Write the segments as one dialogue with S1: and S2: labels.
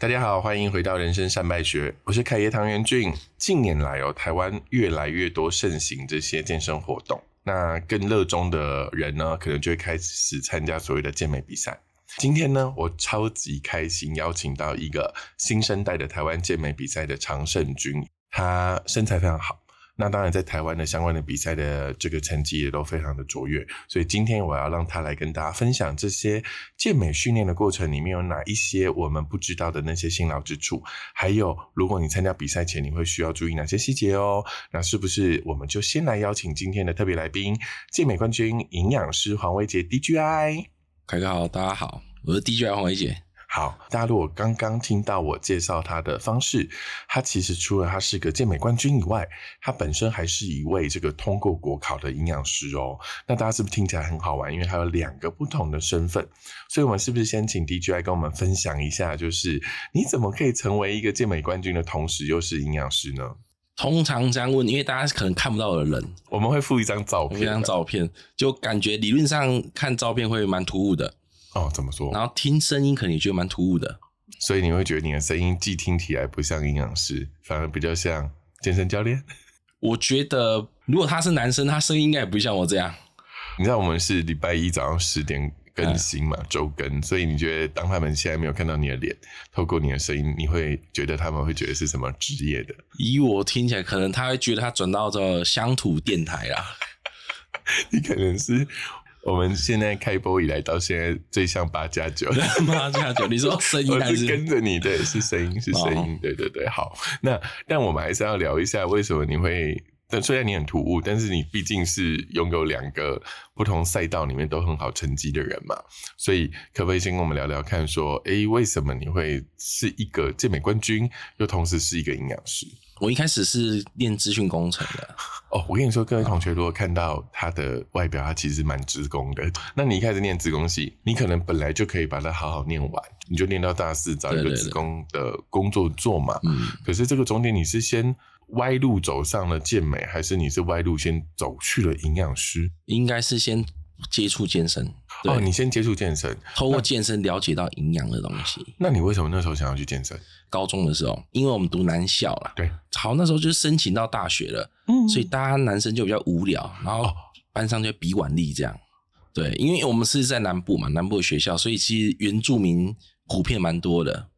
S1: 大家好，欢迎回到人生善败学，我是凯爷唐元俊。近年来哦，台湾越来越多盛行这些健身活动，那更热衷的人呢，可能就会开始参加所谓的健美比赛。今天呢，我超级开心，邀请到一个新生代的台湾健美比赛的常胜军，他身材非常好。那当然，在台湾的相关的比赛的这个成绩也都非常的卓越，所以今天我要让他来跟大家分享这些健美训练的过程里面有哪一些我们不知道的那些辛劳之处，还有如果你参加比赛前你会需要注意哪些细节哦。那是不是我们就先来邀请今天的特别来宾，健美冠军营养师黄威杰 DGI。
S2: 凯哥好，大家好，我是 DJ 黄伟姐。
S1: 好，大家如果刚刚听到我介绍他的方式，他其实除了他是个健美冠军以外，他本身还是一位这个通过国考的营养师哦。那大家是不是听起来很好玩？因为他有两个不同的身份，所以我们是不是先请 DJ 来跟我们分享一下，就是你怎么可以成为一个健美冠军的同时又是营养师呢？
S2: 通常这样问，因为大家可能看不到我的人，
S1: 我们会附一张照
S2: 我
S1: 片
S2: 们
S1: 的，
S2: 这张照片就感觉理论上看照片会蛮突兀的，
S1: 哦，怎么说？
S2: 然后听声音可能也觉得蛮突兀的。
S1: 所以你会觉得你的声音既听起来不像营养师，反而比较像健身教练。
S2: 我觉得如果他是男生，他声音应该也不像我这样。
S1: 你知道我们是礼拜一早上十点更新嘛，周更，所以你觉得当他们现在没有看到你的脸，透过你的声音，你会觉得他们会觉得是什么职业的？
S2: 以我听起来，可能他会觉得他转到这乡土电台啦。
S1: 你可能是我们现在开播以来到现在最像八加九。
S2: 妈这样讲，你说声音
S1: 我
S2: 还
S1: 哦是
S2: 是哦
S1: 跟着你，对，是声音，是声音，对对对。好，那但我们还是要聊一下，为什么你会？但虽然你很突兀，但是你毕竟是拥有两个不同赛道里面都很好成绩的人嘛，所以可不可以先跟我们聊聊看，说，诶，为什么你会是一个健美冠军，又同时是一个营养师？
S2: 我一开始是练资讯工程的，
S1: 哦，我跟你说，各位同学，如果看到他的外表，他其实蛮职工的。那你一开始念职工系，你可能本来就可以把它好好念完，你就念到大四，找一
S2: 对
S1: 个
S2: 对
S1: 职
S2: 对
S1: 工的工作做嘛。
S2: 嗯，
S1: 可是这个终点，你是先歪路走上了健美，还是你是歪路先走去了营养师？
S2: 应该是先接触健身，对，
S1: 哦，你先接触健身，
S2: 透过健身了解到营养的东西。
S1: 那你为什么那时候想要去健身？
S2: 高中的时候，因为我们读男校啦，
S1: 对，
S2: 好那时候就申请到大学了，
S1: 嗯
S2: 所以大家男生就比较无聊，然后
S1: 哦
S2: 班上就比腕力这样。对，因为我们是在南部嘛，南部的学校，所以其实原住民普遍蛮多的，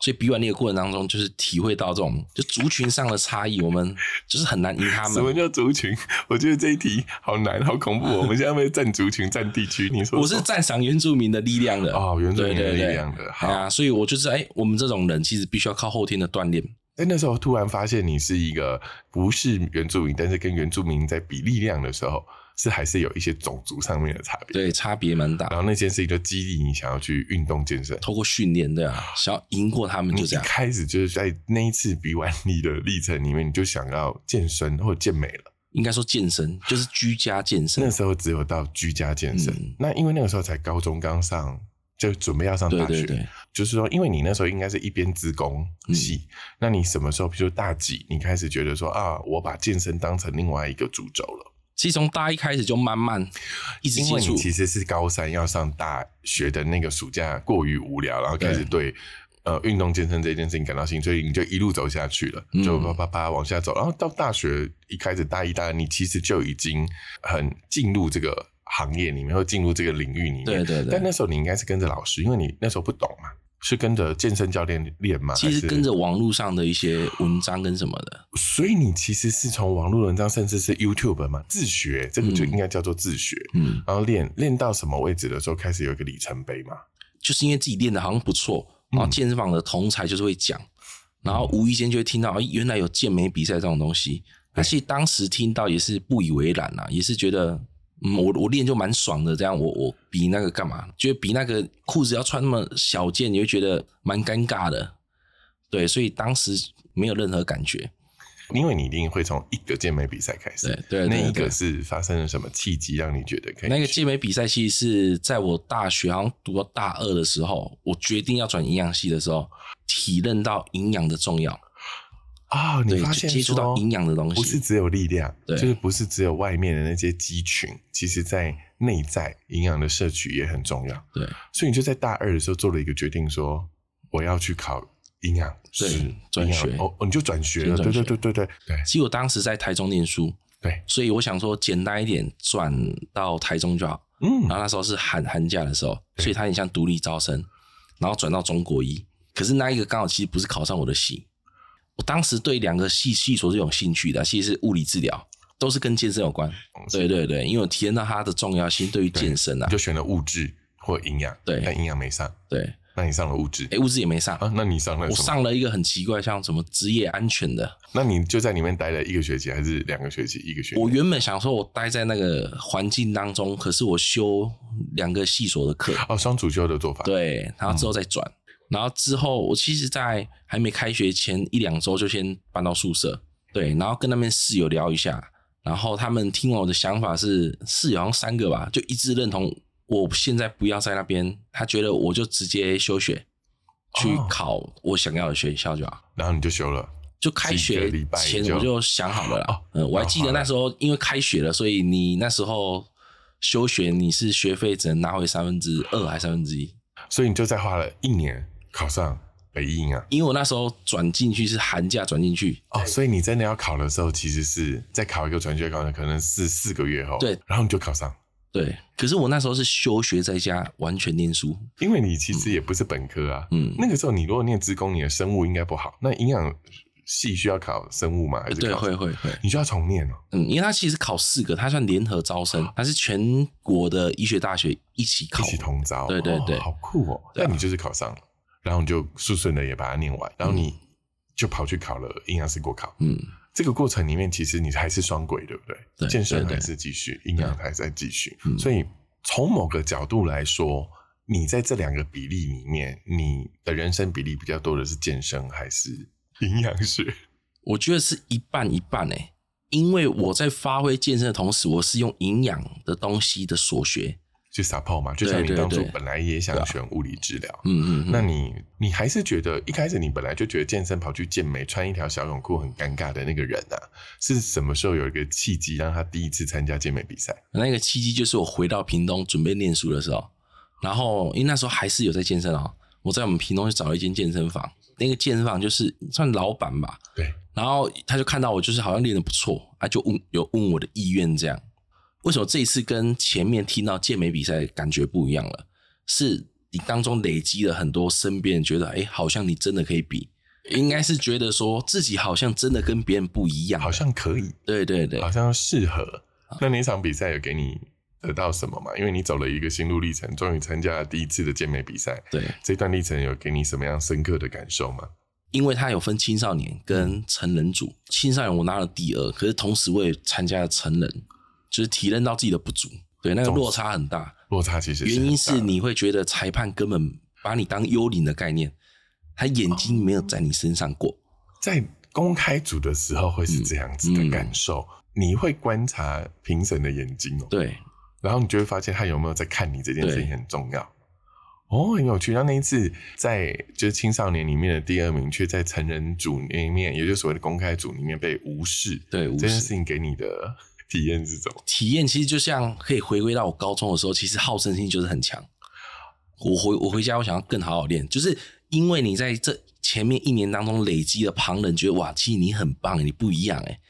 S2: 所以比腕力的过程当中，就是体会到这种就族群上的差异，我 们就是很难赢他
S1: 什么
S2: 们。
S1: 叫族群？我觉得这一题好难，好恐怖哦、我们现在会占族群、占地区，你说
S2: 我是赞赏原住民的力量的
S1: 哦，原住民的
S2: 对对
S1: 力
S2: 对
S1: 量的。好
S2: 哎，呀，所以我就是哎、我们这种人其实必须要靠后天的锻炼，
S1: 哎，那时候突然发现你是一个不是原住民，但是跟原住民在比力量的时候，是还是有一些种族上面的差别。
S2: 对，差别蛮大。
S1: 然后那件事情就激励你想要去运动健身。
S2: 透过训练，对啊，想要赢过他们
S1: 你
S2: 哦就
S1: 一
S2: 这样。
S1: 开始就是在那一次比完你的历程里面，你就想要健身或健美了。
S2: 应该说健身就是居家健身
S1: 那，时候只有到居家健身，
S2: 嗯
S1: 那因为那个时候才高中刚上，就准备要上大
S2: 对
S1: 学。
S2: 对对，嗯
S1: 就是说，因为你那时候应该是一边自工系，那你什么时候，比如说大几，你开始觉得说啊，我把健身当成另外一个主轴了？
S2: 其实从大一开始就慢慢一直
S1: 因
S2: 接
S1: 为
S2: 触
S1: 你，其实是高三要上大学的那个暑假过于无聊，然后开始对呃运动健身这件事情感到兴趣，所以你就一路走下去了，
S2: 嗯
S1: 就啪啪啪往下走。然后到大学一开始大一、大二，你其实就已经很进入这个行业里面，或进入这个领域里面。
S2: 对对
S1: 但
S2: 对，
S1: 那时候你应该是跟着老师，因为你那时候不懂嘛，是跟着健身教练练嘛？
S2: 其
S1: 还
S2: 实
S1: 是
S2: 跟着网络上的一些文章跟什么的，
S1: 所以你其实是从网络文章，甚至是 YouTube 嘛，自学，这个就应该叫做自学。
S2: 嗯，
S1: 然后练练到什么位置的时候，开始有一个里程碑嘛。
S2: 就是因为自己练的好像不错，
S1: 嗯
S2: 然后健身房的同才就是会讲，然后无意间就会听到，哎，原来有健美比赛这种东西。那其实当时听到也是不以为然啊啦、也是觉得，嗯，我我练就蛮爽的，这样我我比那个干嘛？觉得比那个裤子要穿那么小件，你会觉得蛮尴尬的。对，所以当时没有任何感觉。
S1: 因为你一定会从一个健美比赛开始，
S2: 对对对
S1: 那一
S2: 对
S1: 个是发生了什么契机让你觉得可以？
S2: 那个健美比赛其实是在我大学好像读到大二的时候，我决定要转营养系的时候，体认到营养的重要，
S1: 啊、你
S2: 对，
S1: 发
S2: 就
S1: 现
S2: 接触到
S1: 说
S2: 营养的东西，
S1: 不是只有力量，
S2: 对
S1: 就是不是只有外面的那些肌群，其实在内在营养的摄取也很重要。
S2: 对，
S1: 所以你就在大二的时候做了一个决定说我要去考营养
S2: 对
S1: 师
S2: 转学
S1: 营养哦，哦你就转学了，
S2: 先
S1: 对对
S2: 转学
S1: 对对对对
S2: 其实我当时在台中念书，
S1: 对，
S2: 所以我想说简单一点，转到台中就好。
S1: 嗯
S2: 然后那时候是寒寒假的时候，
S1: 对
S2: 所以他很像独立招生，然后转到中国医。可是那一个刚好其实不是考上我的系，我当时对两个系系所是有兴趣的，其实是物理治疗，都是跟健身有关。
S1: 哦
S2: 对对对，因为我体验到它的重要性，对于健身啊
S1: 你，就选了物质或营养，
S2: 对
S1: 但营养没上，
S2: 对，
S1: 那你上了物质
S2: 哎，物质也没上，
S1: 啊？那你上了
S2: 我
S1: 什么？
S2: 上了一个很奇怪，像什么职业安全的。
S1: 那你就在里面待了一个学期还是两个学期？一个学期？
S2: 我原本想说，我待在那个环境当中，可是我修两个系所的课，
S1: 哦，双主修的做法，
S2: 对，然后之后再转，然后之后我其实，在还没开学前一两周就先搬到宿舍，对，然后跟那边室友聊一下，然后他们听完我的想法是，室友好像三个吧，就一致认同我现在不要在那边，他觉得我就直接休学，去
S1: 哦
S2: 考我想要的学校就好。
S1: 然后你就修了，
S2: 就开
S1: 几个
S2: 学
S1: 礼拜
S2: 前
S1: 就
S2: 我就想好了啦
S1: 哦。
S2: 嗯，我还记得那时候因为开学了，所以你那时候休学，你是学费只能拿回三分之二还三分之一。
S1: 所以你就再花了一年考上北医营啊。
S2: 因为我那时候转进去是寒假转进去，
S1: 哦，所以你真的要考的时候，其实是再考一个转学考，可能是四个月后，
S2: 对，
S1: 然后你就考上，
S2: 对。可是我那时候是休学在家，完全念书。
S1: 因为你其实也不是本科啊。
S2: 嗯，
S1: 那个时候你如果念职工，你的生物应该不好，那营养系需要考生物吗？还是
S2: 对，
S1: 考
S2: 会会会。
S1: 你就要重念哦。
S2: 嗯，因为他其实考四个，他算联合招生，他是全国的医学大学一起
S1: 一
S2: 考。
S1: 起同招，
S2: 对对对
S1: 哦好酷哦！
S2: 对
S1: 那
S2: 啊
S1: 你就是考上了，然后你就顺顺的也把它念完，然后你就跑去考了营养师国考。
S2: 嗯，
S1: 这个过程里面，其实你还是双轨，对不对？
S2: 对
S1: 健身
S2: 对对
S1: 还是继续，营养还在继续。
S2: 嗯
S1: 所以从某个角度来说，你在这两个比例里面，你的人生比例比较多的是健身还是营养学？
S2: 我觉得是一半一半诶、因为我在发挥健身的同时，我是用营养的东西的所学。
S1: 去撒泡嘛？就像
S2: 对
S1: 你
S2: 对
S1: 当初
S2: 对
S1: 本来也想选物理治疗，
S2: 嗯嗯嗯，
S1: 那你你还是觉得一开始你本来就觉得健身跑去健美穿一条小泳裤很尴尬的那个人啊，是什么时候有一个契机让他第一次参加健美比赛？
S2: 那个契机就是我回到屏东准备念书的时候，然后因为那时候还是有在健身哦，我在我们屏东去找了一间健身房，那个健身房就是算老板吧，
S1: 对，
S2: 然后他就看到我就是好像练得不错啊，就问有问我的意愿这样。为什么这一次跟前面听到健美比赛感觉不一样了？是你当中累积了很多身边人觉得，哎、好像你真的可以比，应该是觉得说自己好像真的跟别人不一样，
S1: 好像可以，
S2: 对对对，
S1: 好像适合。那那一场比赛有给你得到什么吗？因为你走了一个心路历程，终于参加了第一次的健美比赛，
S2: 对。
S1: 这段历程有给你什么样深刻的感受吗？
S2: 因为它有分青少年跟成人组，青少年我拿了第二，可是同时我也参加了成人，就是体认到自己的不足，对那个落差很大。
S1: 落差其实
S2: 原因
S1: 很
S2: 是
S1: 大的
S2: 你会觉得裁判根本把你当幽灵的概念，他眼睛没有在你身上过。
S1: 在公开组的时候会是这样子的
S2: 嗯嗯
S1: 感受，你会观察评审的眼睛哦。
S2: 对
S1: 然后你就会发现他有没有在看你这件事情
S2: 对
S1: 很重要。哦，很有趣。然后那一次在就是青少年里面的第二名，却在成人组里面，也就是所谓的公开组里面被无视。
S2: 对，无
S1: 这件事
S2: 视
S1: 情给你的体验是什么？
S2: 体验其实就像可以回归到我高中的时候，其实好胜心就是很强。我回我回家，我想要更好好练，就是因为你在这前面一年当中累积了旁人觉得哇，其实你很棒，你不一样哎、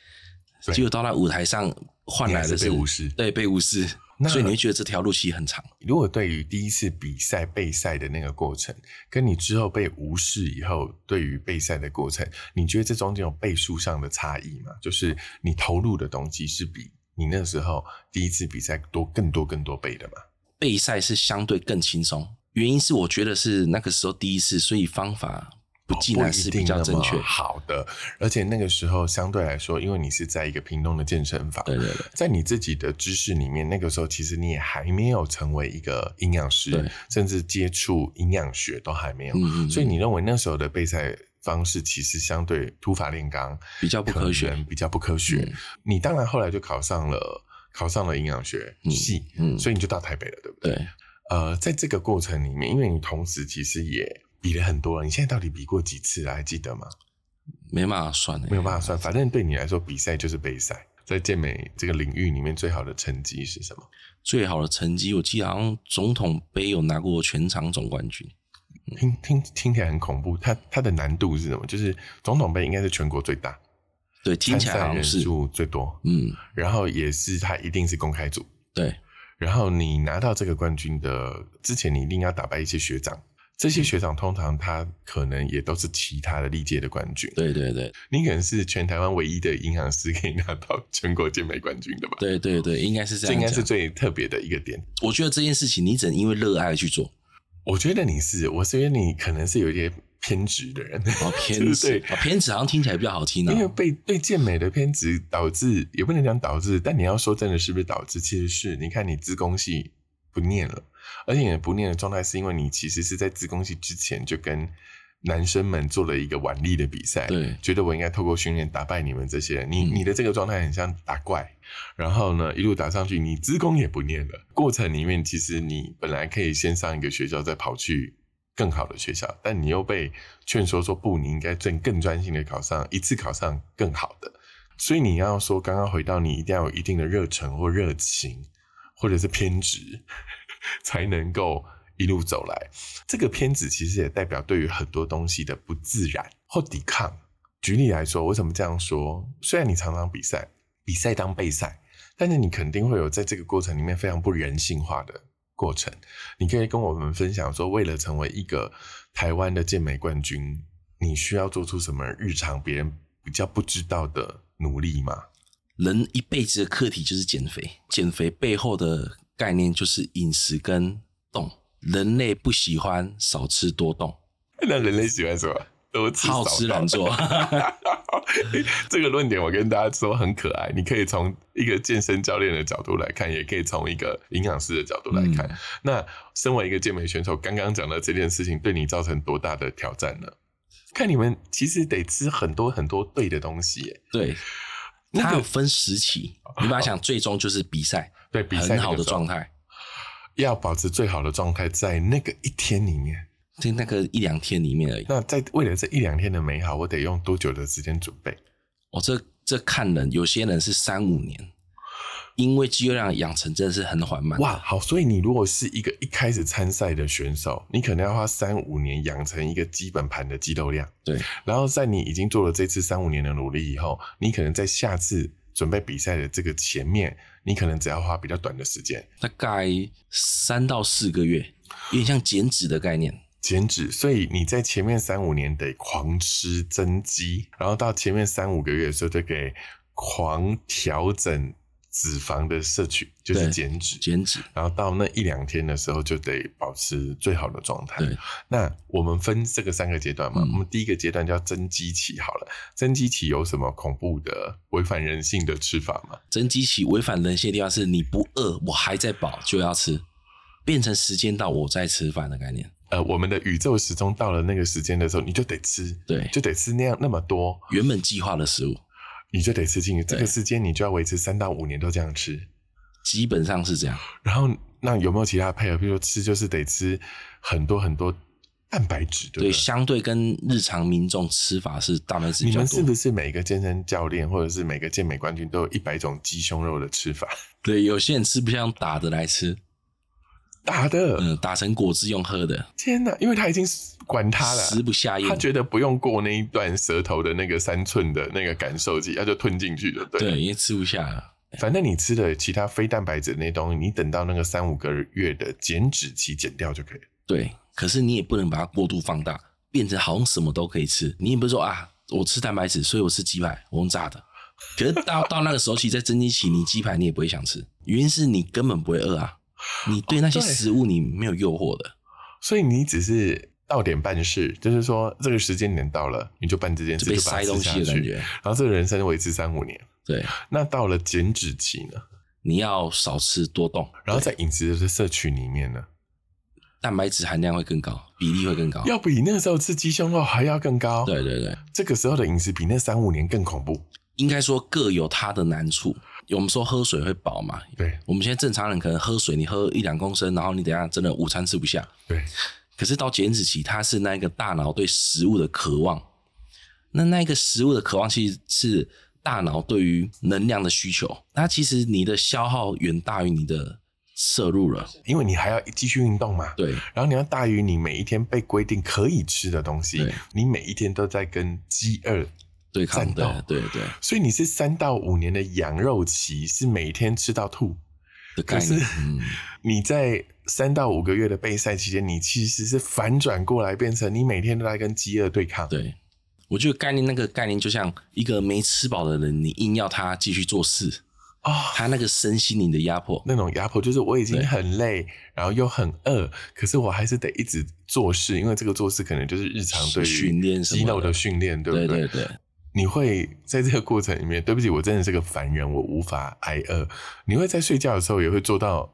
S1: 对
S2: 结果到那舞台上换
S1: 你还
S2: 来
S1: 是
S2: 的
S1: 被
S2: 是
S1: 无视。
S2: 对被无视
S1: 那，
S2: 所以你会觉得这条路其实很长。
S1: 如果对于第一次比赛备赛的那个过程，跟你之后被无视以后，对于备赛的过程，你觉得这中间有倍数上的差异吗？就是你投入的东西是比你那时候第一次比赛多更多更多倍的吗？
S2: 备赛是相对更轻松，原因是我觉得是那个时候第一次，所以方法不尽然是比较正
S1: 哦不
S2: 确
S1: 一定那么。好的，而且那个时候相对来说，因为你是在一个屏东的健身房，
S2: 对对对，
S1: 在你自己的知识里面，那个时候其实你也还没有成为一个营养师
S2: 对，
S1: 甚至接触营养学都还没有，
S2: 嗯嗯，
S1: 所以你认为那时候的备赛方式其实相对土法炼钢，
S2: 比较不科学
S1: 可能比较不科学。
S2: 嗯
S1: 你当然后来就考上了，考上了营养学系，
S2: 嗯嗯
S1: 所以你就到台北了，对不对？
S2: 对
S1: 呃，在这个过程里面，因为你同时其实也比了很多了，你现在到底比过几次啊？还记得吗？
S2: 没办法算的、哎
S1: 没有办法算，
S2: 啊
S1: 反正对你来说，比赛就是备赛。在健美这个领域里面，最好的成绩是什么？
S2: 最好的成绩，我记得好像总统杯有拿过全场总冠军，
S1: 听听听起来很恐怖。它它的难度是什么？就是总统杯应该是全国最大，
S2: 对，听起来
S1: 参
S2: 好
S1: 赛
S2: 像
S1: 人
S2: 是，
S1: 数最多，
S2: 嗯，
S1: 然后也是它一定是公开组。
S2: 对，
S1: 然后你拿到这个冠军的之前，你一定要打败一些学长。这
S2: 嗯
S1: 些学长通常他可能也都是其他的历届的冠军，
S2: 对对对
S1: 你可能是全台湾唯一的银行师可以拿到全国健美冠军的吧？
S2: 对对对，应该是这
S1: 这应
S2: 样
S1: 该
S2: 讲。
S1: 是最特别的一个点。
S2: 我觉得这件事情你只能因为热爱去做，
S1: 我觉得你是，我是因为你可能是有一些偏执的人，
S2: 然后偏
S1: 对
S2: 执，啊偏执好像听起来比较好听
S1: 因为
S2: 啊。
S1: 被对健美的偏执导致，也不能讲导致，但你要说真的是不是导致，其实是你看你自工系不念了，而且你的不念的状态是因为你其实是在自工系之前就跟男生们做了一个腕力的比赛，
S2: 对
S1: 觉得我应该透过训练打败你们这些人。你
S2: 嗯
S1: 你的这个状态很像打怪，然后呢一路打上去，你资工也不念了。过程里面其实你本来可以先上一个学校，再跑去更好的学校，但你又被劝说说不，你应该更更专心的考上，一次考上更好的。所以你要说，刚刚回到你一定要有一定的热忱或热情，或者是偏执， 才能够一路走来。这个偏执其实也代表对于很多东西的不自然或抵抗。举例来说，为什么这样说？虽然你常常比赛，比赛当备赛，但是你肯定会有在这个过程里面非常不人性化的过程。你可以跟我们分享说，为了成为一个台湾的健美冠军，你需要做出什么日常别人比较不知道的努力吗？
S2: 人一辈子的课题就是减肥，减肥背后的概念就是饮食跟动。人类不喜欢少吃多动，
S1: 那人类喜欢什么？多吃
S2: 好
S1: 少
S2: 吃
S1: 动
S2: 懒做。
S1: 这个论点我跟大家说很可爱，你可以从一个健身教练的角度来看，也可以从一个营养师的角度来看。
S2: 嗯
S1: 那身为一个健美选手，刚刚讲的这件事情对你造成多大的挑战呢？看你们其实得吃很多很多对的东西耶，
S2: 对，它有分时期，你把它想，最终就是比赛，
S1: 对比赛
S2: 很好的状
S1: 态，
S2: 态。
S1: 要保持最好的状态在那个一天里面。
S2: 在那个一两天里面而已。
S1: 那在为了这一两天的美好，我得用多久的时间准备？
S2: 哦，这这看人，有些人是三五年，因为肌肉量的养成真的是很缓慢。
S1: 哇，好，所以你如果是一个一开始参赛的选手，你可能要花三五年养成一个基本盘的肌肉量，
S2: 对
S1: 然后在你已经做了这次三五年的努力以后，你可能在下次准备比赛的这个前面，你可能只要花比较短的时间
S2: 大概三到四个月，有点像减脂的概念。
S1: 减脂，所以你在前面三五年得狂吃增肌，然后到前面三五个月的时候就给狂调整脂肪的摄取，就是
S2: 对
S1: 减脂。
S2: 减脂，
S1: 然后到那一两天的时候，就得保持最好的状态。
S2: 对，
S1: 那我们分这个三个阶段嘛，
S2: 嗯
S1: 我们第一个阶段叫增肌期，好了，增肌期有什么恐怖的、违反人性的吃法吗？
S2: 增肌期违反人性的地方是你不饿，我还在饱就要吃，变成时间到我在吃饭的概念。
S1: 呃，我们的宇宙时钟到了那个时间的时候，你就得吃，
S2: 对，
S1: 就得吃那样那么多，
S2: 原本计划的食物
S1: 你就得吃进去。这
S2: 对
S1: 个时间你就要维持三到五年都这样吃。
S2: 基本上是这样。
S1: 然后，那有没有其他配合？比如说吃，就是得吃很多很多蛋白质，对不
S2: 对，相对跟日常民众吃法是蛋白质比
S1: 你
S2: 较
S1: 们
S2: 多
S1: 是。不是每个健身教练或者是每个健美冠军都有一百种鸡胸肉的吃法？
S2: 对，有些人吃不像打的来吃，
S1: 打的，
S2: 嗯，打成果汁用喝的，
S1: 天哪！因为他已经管他了，
S2: 食不下咽
S1: 他。觉得不用过那一段舌头的那个三寸的那个感受期，他就吞进去了。对，
S2: 对，因为吃不下了。
S1: 反正你吃的其他非蛋白质的那东西，你等到那个三五个月的减脂期减掉就可以了。
S2: 对，可是你也不能把它过度放大，变成好像什么都可以吃。你也不是说啊，我吃蛋白质，所以我吃鸡排，我用炸的。可是到到那个时候，其实在增肌期，你鸡排你也不会想吃，原因是你根本不会饿啊，你对那些
S1: 哦对
S2: 食物你没有诱惑的，
S1: 所以你只是到点办事，就是说这个时间点到了，你就办这件
S2: 就
S1: 事，
S2: 被
S1: 就把它
S2: 塞
S1: 吃
S2: 东
S1: 下
S2: 西的感
S1: 去。
S2: 觉。
S1: 然后这个人生维持三五年，
S2: 对，
S1: 那到了减脂期呢？
S2: 你要少吃多动，
S1: 然后在饮食的摄取里面呢，
S2: 蛋白质含量会更高，比例会更高。
S1: 要比那时候吃鸡胸肉还要更高。，
S2: 对对对，
S1: 这个时候的饮食比那三五年更恐怖。
S2: 应该说各有它的难处。我们说喝水会饱嘛，
S1: 对
S2: 我们现在正常人可能喝水，你喝一两公升，然后你等一下真的午餐吃不下。
S1: 对，
S2: 可是到减脂期，它是那个大脑对食物的渴望。那那个食物的渴望，其实是大脑对于能量的需求。那其实你的消耗远大于你的摄入了。
S1: 因为你还要继续运动嘛。
S2: 对，
S1: 然后你要大于你每一天被规定可以吃的东西
S2: 对，
S1: 你每一天都在跟饥饿，
S2: 对抗
S1: 战斗
S2: 的，对对
S1: 所以你是三到五年的羊肉期，是每天吃到吐。
S2: 的概念
S1: 可，
S2: 嗯，
S1: 你在三到五个月的备赛期间，你其实是反转过来，变成你每天都在跟饥饿对抗。
S2: 对。我觉得概念那个概念就像一个没吃饱的人，你硬要他继续做事，
S1: 啊、
S2: 他那个身心灵的压迫，
S1: 那种压迫就是我已经
S2: 对
S1: 很累，然后又很饿，可是我还是得一直做事，因为这个做事可能就是日常对于
S2: 训练什么
S1: 肌
S2: 的
S1: 肉的训练，对不
S2: 对对对，
S1: 你会在这个过程里面，对不起，我真的是个凡人，我无法挨饿。你会在睡觉的时候也会做到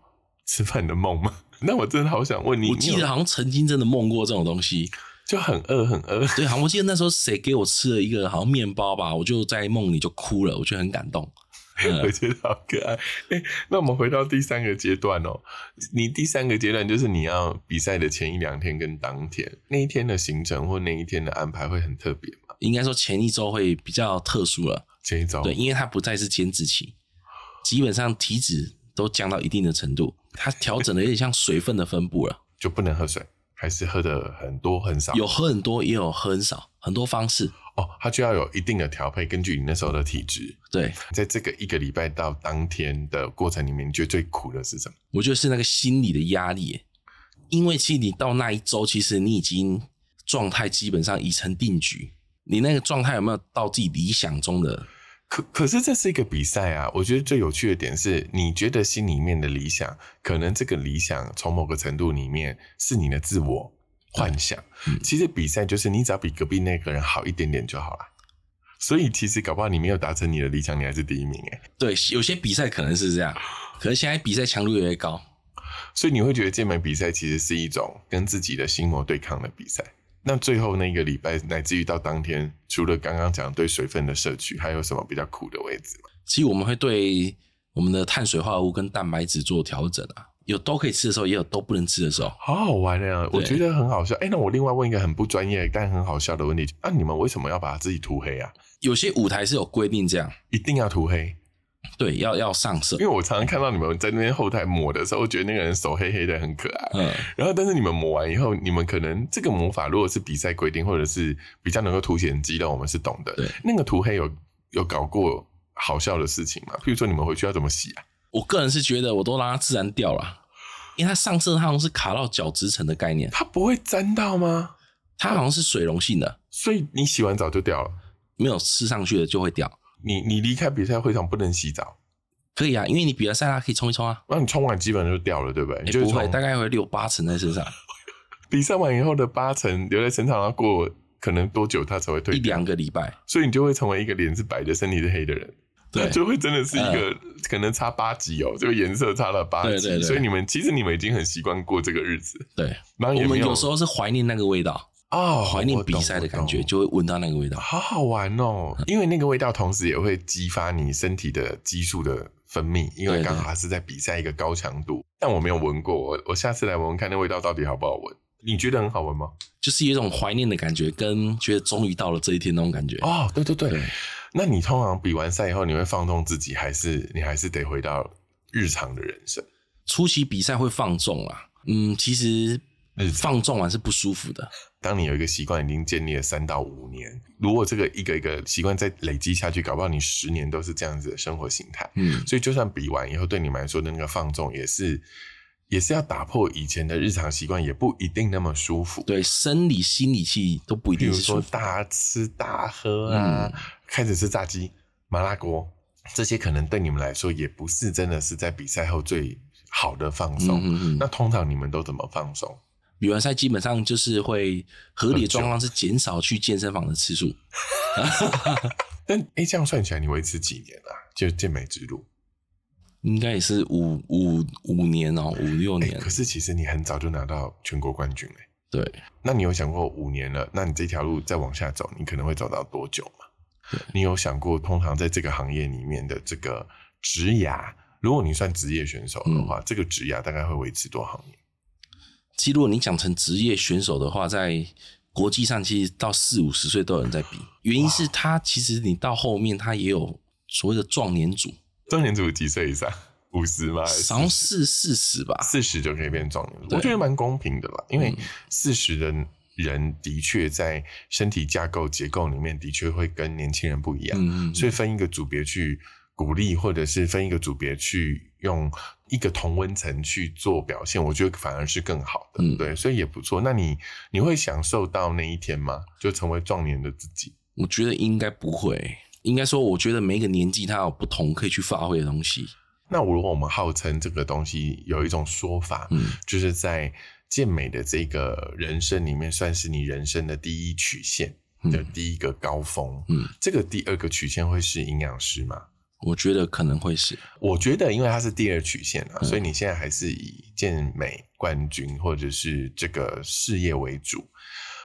S1: 吃饭的梦吗？ 那我真的好想问你，
S2: 我记
S1: 你
S2: 得
S1: 有
S2: 好像曾经真的梦过这种东西，
S1: 就很饿，很饿。
S2: 对，好像我记得那时候谁给我吃了一个好像面包吧，我就在梦里就哭了，我觉得很感动。嗯
S1: 我觉得好可爱。哎、那我们回到第三个阶段哦。你第三个阶段就是你要比赛的前一两天跟当天，那一天的行程或那一天的安排会很特别吗？
S2: 应该说前一周会比较特殊了，
S1: 这一周
S2: 对，因为它不再是减脂期，基本上体脂都降到一定的程度，它调整的有点像水分的分 布了，
S1: 就不能喝水，还是喝的很多很少？
S2: 有喝很多也有喝很少，很多方式。
S1: 哦，它就要有一定的调配，根据你那时候的体质。
S2: 对，
S1: 在这个一个礼拜到当天的过程里面，你觉得最苦的是什么？
S2: 我觉得是那个心理的压力耶，因为其实你到那一周，其实你已经状态基本上已成定局，你那个状态有没有到自己理想中的？
S1: 可可是这是一个比赛啊！我觉得最有趣的点是，你觉得心里面的理想，可能这个理想从某个程度里面是你的自我幻想。
S2: 嗯
S1: 其实比赛就是你只要比隔壁那个人好一点点就好了。所以其实搞不好你没有达成你的理想，你还是第一名哎、
S2: 对，有些比赛可能是这样，可是现在比赛强度越来越高，
S1: 所以你会觉得健美比赛其实是一种跟自己的心魔对抗的比赛。那最后那一个礼拜，乃至于到当天，除了刚刚讲对水分的摄取，还有什么比较苦的位置吗？
S2: 其实我们会对我们的碳水化合物跟蛋白质做调整啊，有都可以吃的时候，也有都不能吃的时候。
S1: 好好玩啊！
S2: 对
S1: 我觉得很好笑。哎、那我另外问一个很不专业但很好笑的问题：那、你们为什么要把自己涂黑啊？
S2: 有些舞台是有规定这样，
S1: 一定要涂黑？
S2: 对，要要上色
S1: 因。为我常常看到你们在那边后台抹的时候，我觉得那个人手黑黑的很可爱。
S2: 嗯，
S1: 然后，但是你们抹完以后，你们可能这个魔法如果是比赛规定，或者是比较能够凸显肌肉，我们是懂的
S2: 对。
S1: 那个涂黑有有搞过好笑的事情吗？譬如说，你们回去要怎么洗啊？
S2: 我个人是觉得我都让它自然掉了，啊因为它上色它好像是卡到角质层的概念，
S1: 它不会沾到吗？
S2: 它好像是水溶性的，
S1: 所以你洗完澡就掉了。
S2: 没有吃上去的就会掉。
S1: 你你离开比赛会场不能洗澡，
S2: 可以啊，因为你比完赛它可以冲一冲啊，
S1: 那你冲完基本上就掉了，对不对？你
S2: 也
S1: 就是
S2: 哎不会，
S1: 从
S2: 大概会六八成 在身上，
S1: 比赛完以后的八成留在身上，要过可能多久它才会退
S2: 一
S1: 掉？
S2: 两个礼拜。
S1: 所以你就会成为一个脸是白的、身体是黑的人。
S2: 对嗯
S1: 那就会真的是一个、可能差八级哦，这个颜色差了八级，
S2: 对对对
S1: 所以你们其实你们已经很习惯过这个日子，
S2: 对，
S1: 然后也
S2: 我
S1: 没
S2: 们有时候是怀念那个味道，
S1: 哦，
S2: 怀念比赛的感
S1: 我
S2: 觉，
S1: 懂
S2: 就会闻到那个味道。
S1: 好好玩哦，因为那个味道同时也会激发你身体的激素的分泌，因为
S2: 对对
S1: 刚好它是在比赛一个高强度，但我没有闻过，我我下次来闻闻看那味道到底好不好闻。你觉得很好闻吗？
S2: 就是有一种怀念的感觉，跟觉得终于到了这一天那种感觉。
S1: 哦，对对对，
S2: 对
S1: 那你通常比完赛以后，你会放纵自己，还是你还是得回到日常的人生？
S2: 出席比赛会放纵啦，嗯，其实
S1: 日常
S2: 放纵完是不舒服的，
S1: 当你有一个习惯已经建立了三到五年，如果这个一个一个习惯再累积下去，搞不好你十年都是这样子的生活形态。
S2: 嗯，
S1: 所以，就算比完以后，对你们来说的那个放纵也是，也是要打破以前的日常习惯，也不一定那么舒服。
S2: 对，生理、心理气都不一
S1: 譬
S2: 定
S1: 如
S2: 是舒
S1: 说
S2: 服。嗯
S1: 大吃大喝啊，开始吃炸鸡、麻辣锅，这些可能对你们来说也不是真的是在比赛后最好的放松。
S2: 嗯嗯
S1: 那
S2: 嗯，
S1: 通常你们都怎么放松？
S2: 比完赛基本上就是会合理的状况是减少去健身房的次数，
S1: 但诶，这样算起来，你维持几年啊？就健美之路。
S2: 应该也是五五五年哦、五六
S1: 哎、
S2: 年。
S1: 可是其实你很早就拿到全国冠军哎、
S2: 对，
S1: 那你有想过五年了，那你这条路再往下走，你可能会走到多久吗？你有想过，通常在这个行业里面的这个职涯，如果你算职业选手的话，
S2: 嗯
S1: 这个职涯大概会维持多少年？
S2: 其实如果你讲成职业选手的话，在国际上其实到四五十岁都有人在比，原因是他其实你到后面他也有所谓的壮年组。
S1: 中年组几岁以上？五哎十吗？
S2: 好像四四十吧，
S1: 四十就可以变壮年，
S2: 对
S1: 我觉得蛮公平的啦。因为
S2: 嗯
S1: 四十的人的确在身体架构结构里面的确会跟年轻人不一样，
S2: 嗯，
S1: 哎所
S2: 以
S1: 以分一个组别去鼓励，或者是分一个组别去用一个同温层去做表现，我觉得反而是更好的。
S2: 嗯
S1: 对，所以也不错。那你你会享受到那一天吗？就成为壮年的自己？
S2: 我觉得应该不会，应该说，我觉得每一个年纪它有不同可以去发挥的东西，
S1: 那如果我们号称这个东西有一种说法，
S2: 嗯
S1: 就是在健美的这个人生里面，算是你人生的第一曲线
S2: 嗯
S1: 的第一个高峰。
S2: 嗯，
S1: 这个第二个曲线会是营养师吗？
S2: 我觉得可能会是，
S1: 我觉得，因为它是第二曲线啊，所以你现在还是以健美冠军或者是这个事业为主。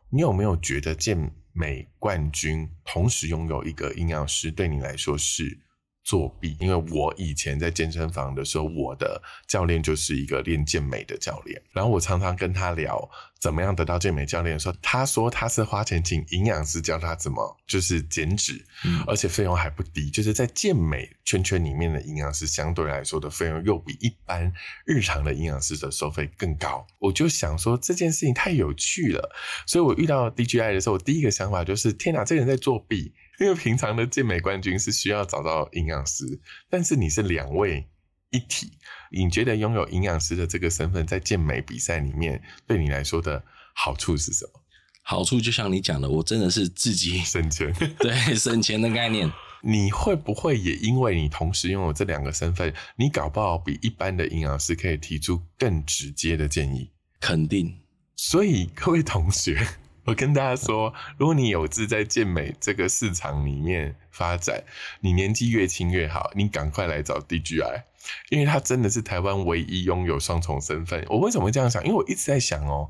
S1: 你有没有觉得健美冠军同时拥有一个营养师，对你来说是作弊？因为我以前在健身房的时候，我的教练就是一个练健美的教练，然后我常常跟他聊怎么样得到健美教练的时候，他说他是花钱请营养师教他怎么就是减脂，
S2: 嗯
S1: 而且费用还不低，就是在健美圈圈里面的营养师相对来说的费用又比一般日常的营养师的收费更高。我就想说这件事情太有趣了，所以我遇到 DGI 的时候，我第一个想法就是：天哪，这个人在作弊！因为平常的健美冠军是需要找到营养师，但是你是两位一体，你觉得拥有营养师的这个身份在健美比赛里面对你来说的好处是什么？
S2: 好处就像你讲的，我真的是自己
S1: 省钱。
S2: 对省钱的概念，
S1: 你会不会也因为你同时拥有这两个身份，你搞不好比一般的营养师可以提出更直接的建议？
S2: 肯定
S1: 所以各位同学， 我跟大家说，如果你有志在健美这个市场里面发展，你年纪越轻越好，你赶快来找 DGI，因为他真的是台湾唯一拥有双重身份。我为什么会这样想？因为我一直在想哦，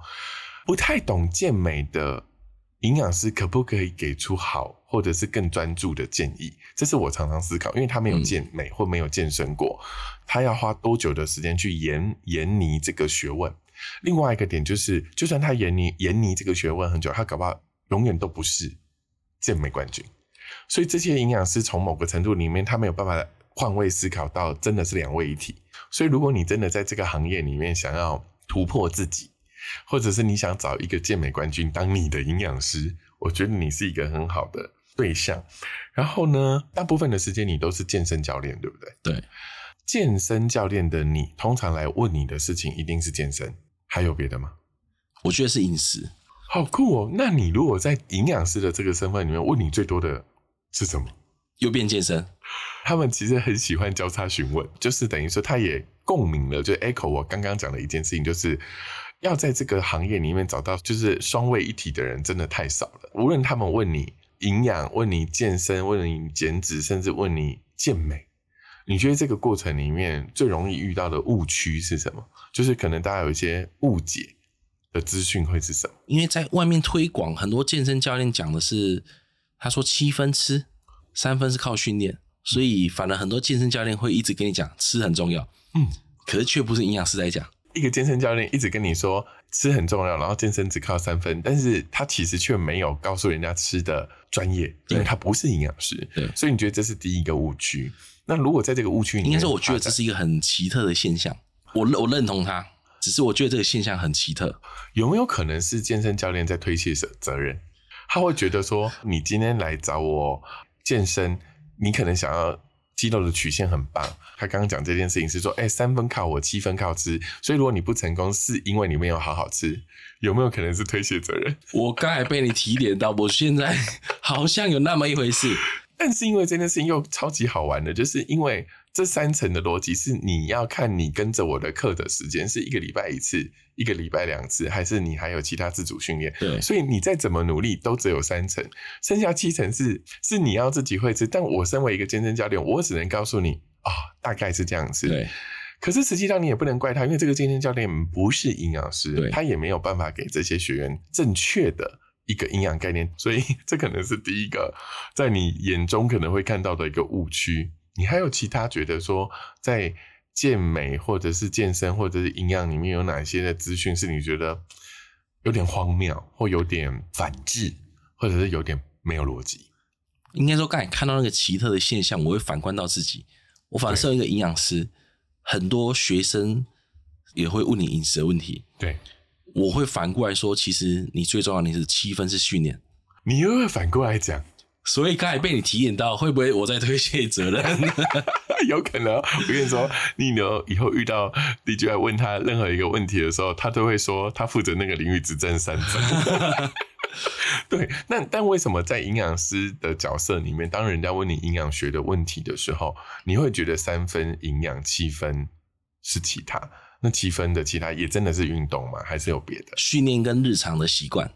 S1: 不太懂健美的营养师可不可以给出好或者是更专注的建议？这是我常常思考，因为他没有健美或没有健身过，他要花多久的时间去研研拟这个学问？另外一个点就是，就算他研拟研拟这个学问很久，他搞不好永远都不是健美冠军。所以这些营养师从某个程度里面，他没有办法换位思考到真的是两位一体。所以如果你真的在这个行业里面想要突破自己，或者是你想找一个健美冠军当你的营养师，我觉得你是一个很好的对象。然后呢，大部分的时间你都是健身教练，对不对？
S2: 对。
S1: 健身教练的你，通常来问你的事情一定是健身，还有别的吗？
S2: 我觉得是饮食。
S1: 好酷哦！那你如果在营养师的这个身份里面，问你最多的是什么？
S2: 又变健身，
S1: 他们其实很喜欢交叉询问，就是等于说他也共鸣了，就 echo 我刚刚讲的一件事情，就是要在这个行业里面找到就是双位一体的人真的太少了。无论他们问你营养、问你健身、问你减脂，甚至问你健美，你觉得这个过程里面最容易遇到的误区是什么？就是可能大家有一些误解的资讯会是什么？
S2: 因为在外面推广，很多健身教练讲的是，他说七分吃，三分是靠训练，所以反而很多健身教练会一直跟你讲吃很重要，
S1: 嗯，
S2: 可是却不是营养师在讲，
S1: 一个健身教练一直跟你说吃很重要，然后健身只靠三分，但是他其实却没有告诉人家吃的专业，因为他不是营养师
S2: 对，
S1: 所以你觉得这是第一个误区？那如果在这个误区里面，
S2: 应该说我觉得这是一个很奇特的现象，我认我认同他，只是我觉得这个现象很奇特，
S1: 有没有可能是健身教练在推卸责责任？他会觉得说，你今天来找我健身，你可能想要肌肉的曲线很棒。他刚刚讲这件事情是说，哎、三分靠我，七分靠吃，所以如果你不成功，是因为你没有好好吃。有没有可能是推卸责任？
S2: 我刚才被你提点到，我现在 好像有那么一回事，
S1: 但是因为这件事情又超级好玩的，就是因为这三层的逻辑是你要看你跟着我的课的时间是一个礼拜一次、一个礼拜两次，还是你还有其他自主训练。
S2: 对
S1: 所以你再怎么努力都只有三层，剩下七层是是你要自己会吃。但我身为一个健身教练，我只能告诉你啊、大概是这样吃。
S2: 对，
S1: 可是实际上你也不能怪他，因为这个健身教练不是营养师
S2: 对，
S1: 他也没有办法给这些学员正确的一个营养概念，所以这可能是第一个在你眼中可能会看到的一个误区。你还有其他觉得说在健美或者是健身或者是营养里面有哪些的资讯是你觉得有点荒谬或有点反智，或者是有点没有逻辑？
S2: 应该说刚才看到那个奇特的现象，我会反观到自己，我反而身为一个营养师，很多学生也会问你饮食的问题，
S1: 对，
S2: 我会反过来说，其实你最重要的是七分是训练。
S1: 你又会反过来讲，
S2: 所以刚才被你提点到，会不会我在推卸责任？
S1: 有可能。啊我跟你说，你呢以后遇到 DJ 来问他任何一个问题的时候，他都会说他负责那个领域只占三分。 对，那但为什么在营养师的角色里面，当人家问你营养学的问题的时候，你会觉得三分营养，七分是其他？那七分的其他也真的是运动吗？还是有别的？
S2: 训练跟日常的习惯，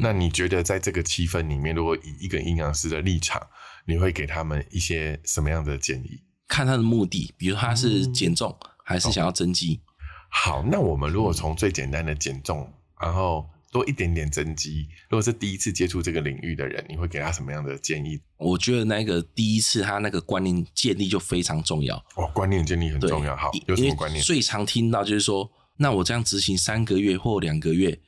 S1: 那你觉得在这个七分里面，如果以一个营养师的立场，你会给他们一些什么样的建议？
S2: 看他的目的，比如他是减重、还是想要增肌，
S1: 好，那我们如
S2: 嗯
S1: 果从最简单的减重，然后多一点点增肌，如果是第一次接触这个领域的人，你会给他什么样的建议？
S2: 我觉得那个第一次他那个观念建立就非常重要。
S1: 哦，观念建立很
S2: 对，
S1: 重要。好
S2: 因，
S1: 有什
S2: 因
S1: 么
S2: 为
S1: 观念？
S2: 最常听到就是说，那我这样执行三个月或两个月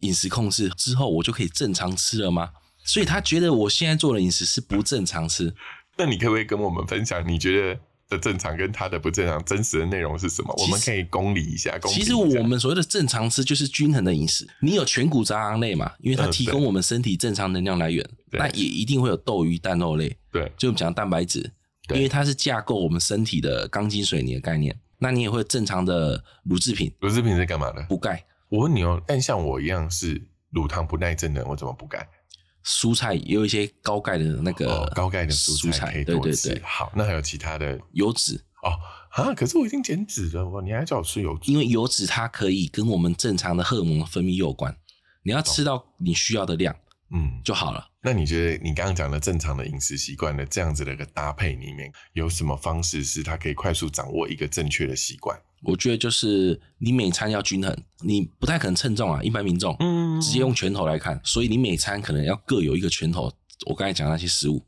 S2: 饮食控制之后，我就可以正常吃了吗？所以他觉得我现在做的饮食是不正常吃。
S1: 那你可不可以跟我们分享你觉得的正常跟他的不正常真实的内容是什么？
S2: 其
S1: 我
S2: 实
S1: 们可以公理一下。公
S2: 其
S1: 平
S2: 实
S1: 一下
S2: 我们所谓的正常吃就是均衡的饮食。你有全谷杂粮类嘛，因为它
S1: 嗯
S2: 提
S1: 对
S2: 供我们身体正常能量来源，
S1: 对
S2: 那也一定会有豆鱼蛋肉类，
S1: 对
S2: 就我们讲蛋白质，
S1: 对
S2: 因为它是架构我们身体的钢筋水泥的概念。那你也会有正常的乳制品
S1: 乳制品是干嘛的？
S2: 补钙，
S1: 我问你哦，但像我一样是乳糖不耐症的人，我怎么不干？
S2: 蔬菜也有一些高钙的那个、
S1: 哦，高钙的蔬
S2: 蔬
S1: 菜可以
S2: 对
S1: 多
S2: 对
S1: 吃。
S2: 对，
S1: 好，那还有其他的
S2: 油脂，
S1: 哦啊？可是我已经减脂了，我你还叫我吃油脂？
S2: 因为油脂它可以跟我们正常的荷尔蒙的分泌有关，你要吃到你需要的量
S1: 嗯，
S2: 就好了。
S1: 那你觉得你刚刚讲的正常的饮食习惯的这样子的一个搭配里面，有什么方式是它可以快速掌握一个正确的习惯？
S2: 我觉得就是你每餐要均衡，你不太可能称重啊，一般民众
S1: 嗯
S2: 直接用拳头来看，所以你每餐可能要各有一个拳头。我刚才讲那些食物，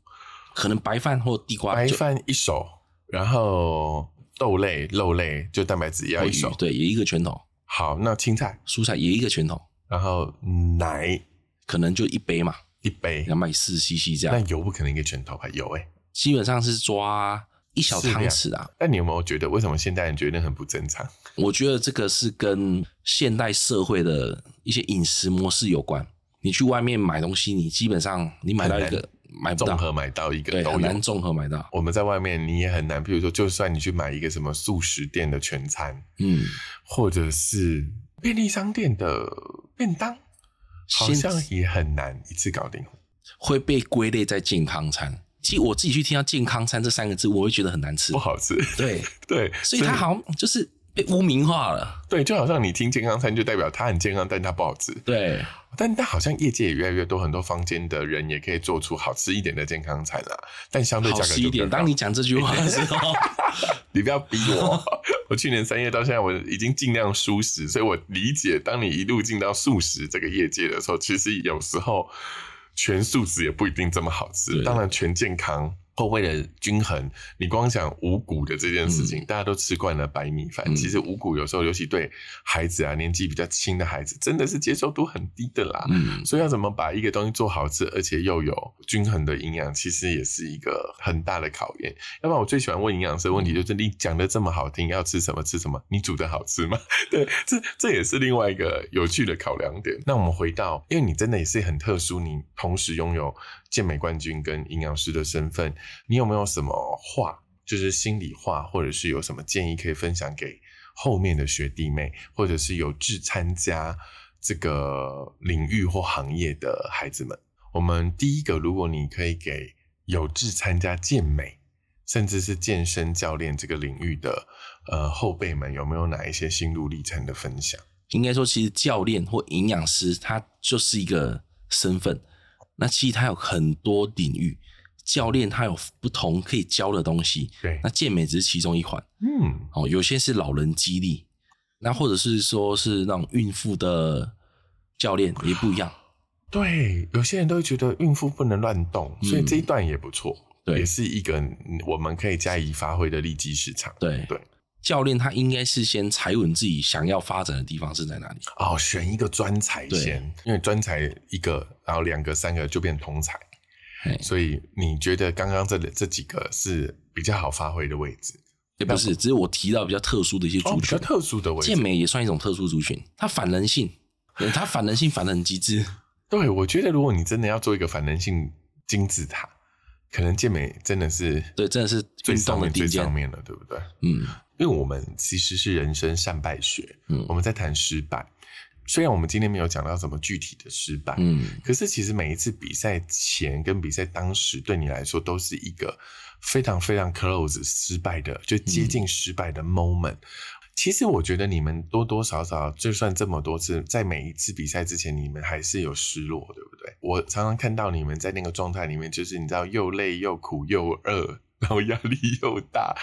S2: 可能白饭或地瓜
S1: 白
S2: 就
S1: 饭一手，然后豆类、肉类就蛋白质也要
S2: 或
S1: 一
S2: 鱼
S1: 手。
S2: 对，也一个拳头，
S1: 好，那青菜，
S2: 蔬菜也一个拳头，
S1: 然后奶
S2: 可能就一杯嘛，
S1: 一杯，
S2: 两百四十 CC 这
S1: 那
S2: 样，
S1: 油不可能一个拳头吧？油哎、欸，
S2: 基本上是抓一小
S1: 适量
S2: 汤匙啊，
S1: 那你有没有觉得为什么现代人觉得很不正常？
S2: 我觉得这个是跟现代社会的一些饮食模式有关。你去外面买东西，你基本上你买到一
S1: 很
S2: 个买不
S1: 综合
S2: 到，
S1: 买到一个
S2: 对，
S1: 都
S2: 很
S1: 有
S2: 难。综合买到。
S1: 我们在外面你也很难，比如说，就算你去买一个什么素食店的全餐，
S2: 嗯，
S1: 或者是便利商店的便当，好
S2: 现
S1: 像也很难一次搞定。
S2: 会被归类在健康餐。其实我自己去听到“健康餐”这三个字，我会觉得很难吃
S1: 不。好吃。
S2: 对，
S1: 对，
S2: 所以它好像就是被污名化了。
S1: 对，就好像你听健康餐就代表它很健康，但它不好吃。
S2: 对，
S1: 但但好像业界也越来越多，很多坊间的人也可以做出好吃一点的健康餐啦。但相对
S2: 好
S1: 价格
S2: 吃
S1: 就
S2: 一
S1: 比较
S2: 点。
S1: 高
S2: 当你讲这句话的时候，
S1: 你不要逼我， 我去年三月到现在，我已经尽量舒适，所以我理解，当你一路进到素食这个业界的时候，其实有时候全素食也不一定这么好吃，
S2: 对
S1: 当然全健康。或为了均衡，你光想五谷的这件事情，大家都吃惯了白米饭。
S2: 嗯
S1: 其实五谷有时候，尤其对孩子啊，年纪比较轻的孩子，真的是接受度很低的啦。
S2: 嗯，
S1: 所以要怎么把一个东西做好吃，而且又有均衡的营养，其实也是一个很大的考验。要不然我最喜欢问营养师的问题就是：你讲的这么好听，要吃什么吃什么？你煮的好吃吗？ 对，这这也是另外一个有趣的考量点。那我们回到，因为你真的也是很特殊，你同时拥有健美冠军跟营养师的身份，你有没有什么话，就是心里话，或者是有什么建议可以分享给后面的学弟妹，或者是有志参加这个领域或行业的孩子们？我们第一个，如果你可以给有志参加健美，甚至是健身教练这个领域的呃后辈们，有没有哪一些心路历程的分享？
S2: 应该说，其实教练或营养师他就是一个身份。那其实他有很多领域，教练他有不同可以教的东西。
S1: 对
S2: 那健美只是其中一环
S1: 嗯，
S2: 哦，有些是老人激励，那或者是说是那种孕妇的教练也不一样。
S1: 对，有些人都会觉得孕妇不能乱动，所以
S2: 嗯
S1: 这一段也不错，
S2: 对
S1: 也是一个嗯我们可以加以发挥的利基市场。
S2: 对
S1: 对，
S2: 教练他应该是先踩稳自己想要发展的地方是在哪里。
S1: 哦，选一个专才
S2: 对
S1: 先，因为专才一个，然后两个、三个就变通才，
S2: 嘿
S1: 所以你觉得刚刚这这几个是比较好发挥的位置？
S2: 也不是，只是我提到比较特殊的一些
S1: 哦，
S2: 族
S1: 比较
S2: 群，
S1: 特殊的位置
S2: 健。美也算一种特殊族群，它反人性，对它反人性反的很极致。
S1: 对，我觉得如果你真的要做一个反人性金字塔，可能健美真的是
S2: 对，真的是
S1: 最
S2: 运
S1: 上
S2: 动的
S1: 面
S2: 顶
S1: 最上
S2: 尖。
S1: 面了，对不对？
S2: 嗯
S1: 因为我们其实是人生善败学，
S2: 嗯
S1: 我们在谈失败。虽然我们今天没有讲到什么具体的失败，
S2: 嗯，
S1: 可是其实每一次比赛前跟比赛当时，对你来说都是一个非常非常 close 失败的，就接近失败的 moment。其实我觉得你们多多少少，就算这么多次，在每一次比赛之前，你们还是有失落，对不对？我常常看到你们在那个状态里面，就是你知道又累又苦又饿，然后压力 又大，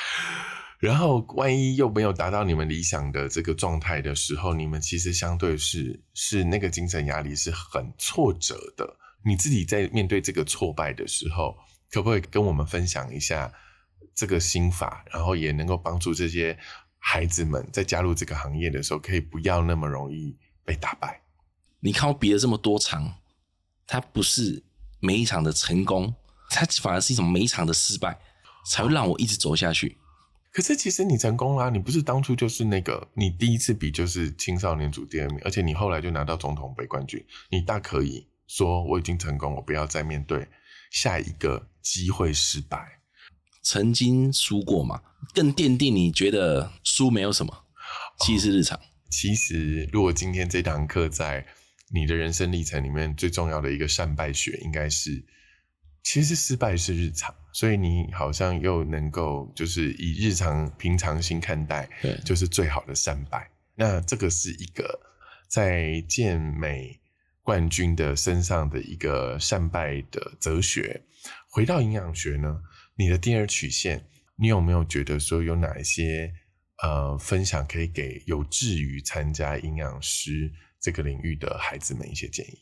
S1: 然后万一又没有达到你们理想的这个状态的时候，你们其实相对是是那个精神压力是很挫折的。你自己在面对这个挫败的时候，可不可以跟我们分享一下这个心法，然后也能够帮助这些孩子们在加入这个行业的时候，可以不要那么容易被打败？
S2: 你看我比了这么多场，它不是每一场的成功，它反而是一种每一场的失败，才会让我一直走下去。
S1: 可是其实你成功啦、你不是当初就是那个，你第一次比就是青少年组第二名，而且你后来就拿到总统杯冠军，你大可以说我已经成功，我不要再面对下一个机会失败。
S2: 曾经输过嘛，更奠定你觉得输没有什么，其实是日常。
S1: 其实，如果今天这堂课在你的人生历程里面最重要的一个善败学，应该是，其实失败是日常，所以你好像又能够就是以日常平常心看待，
S2: 对
S1: 就是最好的善败。那这个是一个在健美冠军的身上的一个善败的哲学。回到营养学呢，你的第二曲线，你有没有觉得说有哪一些呃分享可以给有志于参加营养师这个领域的孩子们一些建议？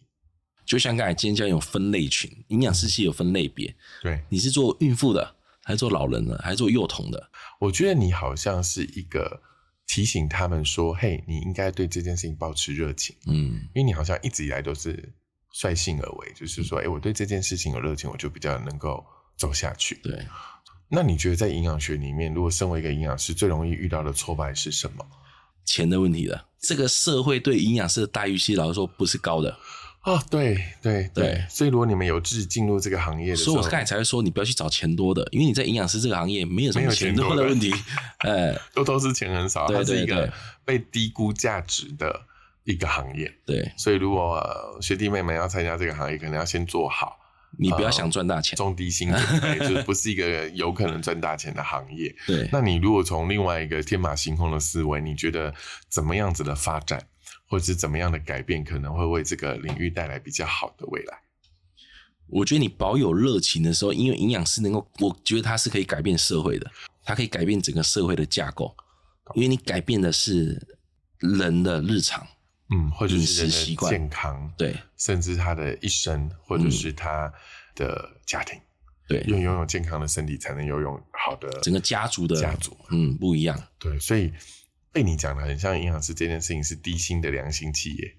S2: 就像刚才今天教练有分类群，营养师系有分类别，
S1: 对，
S2: 你是做孕妇的，还是做老人的，还是做幼童的？
S1: 我觉得你好像是一个提醒他们说，嘿，你应该对这件事情保持热情。
S2: 嗯，
S1: 因为你好像一直以来都是率性而为，就是说，哎、我对这件事情有热情，我就比较能够走下去。
S2: 对，
S1: 那你觉得在营养学里面，如果身为一个营养师，最容易遇到的挫败是什么？
S2: 钱的问题的。这个社会对营养师的待遇，其实老实说不是高的，
S1: 哦，对对对
S2: 对，
S1: 所以如果你们有志进入这个行业的时
S2: 所以
S1: 候
S2: 我，刚才才会说你不要去找钱多的，因为你在营养师这个行业没有什
S1: 没
S2: 么
S1: 有钱
S2: 钱
S1: 多
S2: 多
S1: 的
S2: 的问题。呃，
S1: 都都是钱很少，
S2: 对
S1: 它是
S2: 对
S1: 一个
S2: 对
S1: 被低估价值的一个行业。
S2: 对
S1: 所以如果呃学弟妹们要参加这个行业，可能要先做好
S2: 你不要想赚大钱，
S1: 中低薪准 备，就是不是一个有可能赚大钱的行业。
S2: 对，
S1: 那你如果从另外一个天马行空的思维，你觉得怎么样子的发展，或者是怎么样的改变，可能会为这个领域带来比较好的未来？
S2: 我觉得你保有热情的时候，因为营养师能够，我觉得他是可以改变社会的，他可以改变整个社会的架构，因为你改变的是人的日常，
S1: 嗯，或者
S2: 饮
S1: 是
S2: 食
S1: 人
S2: 习
S1: 的
S2: 惯
S1: 健康，，
S2: 对
S1: 甚至他的一生，或者
S2: 嗯
S1: 是他的家庭，
S2: 对，
S1: 因为拥有健康的身体，才能拥有好的
S2: 整个家族的
S1: 家族。
S2: 嗯不一样，
S1: 对，所以被你讲的很像营养师这件事情是低薪的良心企业。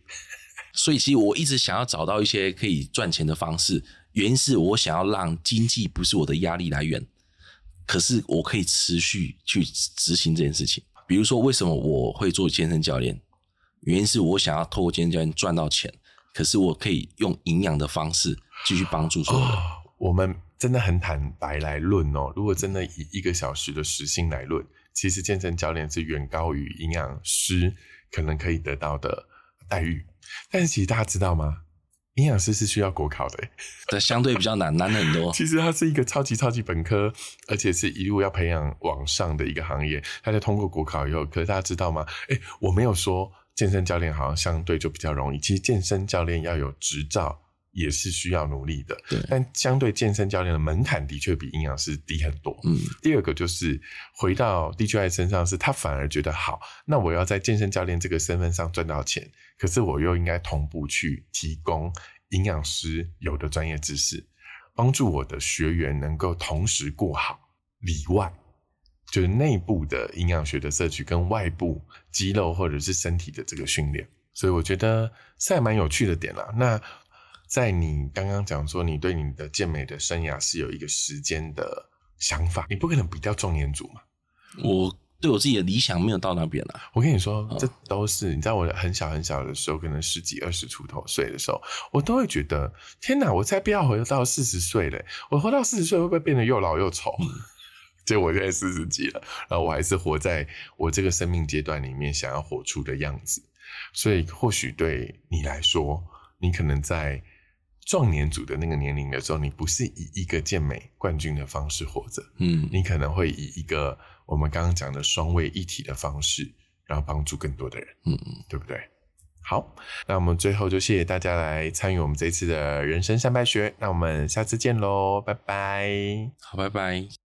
S2: 所以其实我一直想要找到一些可以赚钱的方式，原因是我想要让经济不是我的压力来源，可是我可以持续去执行这件事情。比如说，为什么我会做健身教练？原因是我想要透过健身教练赚到钱，可是我可以用营养的方式继续帮助所有人。
S1: 哦，我们真的很坦白来论哦，如果真的以一个小时的时薪来论，其实健身教练是远高于营养师可能可以得到的待遇。但是其实大家知道吗？营养师是需要国考的，欸
S2: 但相对比较难，难 很多。
S1: 其实它是一个超级超级本科，而且是一路要培养往上的一个行业。它在通过国考以后，可是大家知道吗？哎，我没有说健身教练好像相对就比较容易，其实健身教练要有执照也是需要努力的
S2: 对。
S1: 但相对健身教练的门槛的确比营养师低很多。
S2: 嗯，
S1: 第二个就是回到 DJI 身上是，他反而觉得好，那我要在健身教练这个身份上赚到钱，可是我又应该同步去提供营养师有的专业知识，帮助我的学员能够同时过好里外，就是内部的营养学的摄取跟外部肌肉或者是身体的这个训练。所以我觉得是还蛮有趣的点啦。那在你刚刚讲说，你对你的健美的生涯是有一个时间的想法，你不可能比较中年组嘛，
S2: 我对我自己的理想没有到那边啊啦、
S1: 我跟你说，这都是你在我很小很小的时候，可能十几二十出头岁的时候，我都会觉得天哪，我再不要活到四十岁嘞！我活到四十岁会不会变得又老又丑？ 结果我现在四十几了，然后我还是活在我这个生命阶段里面想要活出的样子。所以或许对你来说，你可能在壮年组的那个年龄的时候，你不是以一个健美冠军的方式活着，
S2: 嗯，
S1: 你可能会以一个我们刚刚讲的双位一体的方式，然后帮助更多的人，
S2: 嗯，
S1: 对不对？好，那我们最后就谢谢大家来参与我们这一次的人生善败学，那我们下次见喽，拜拜。
S2: 好，拜拜。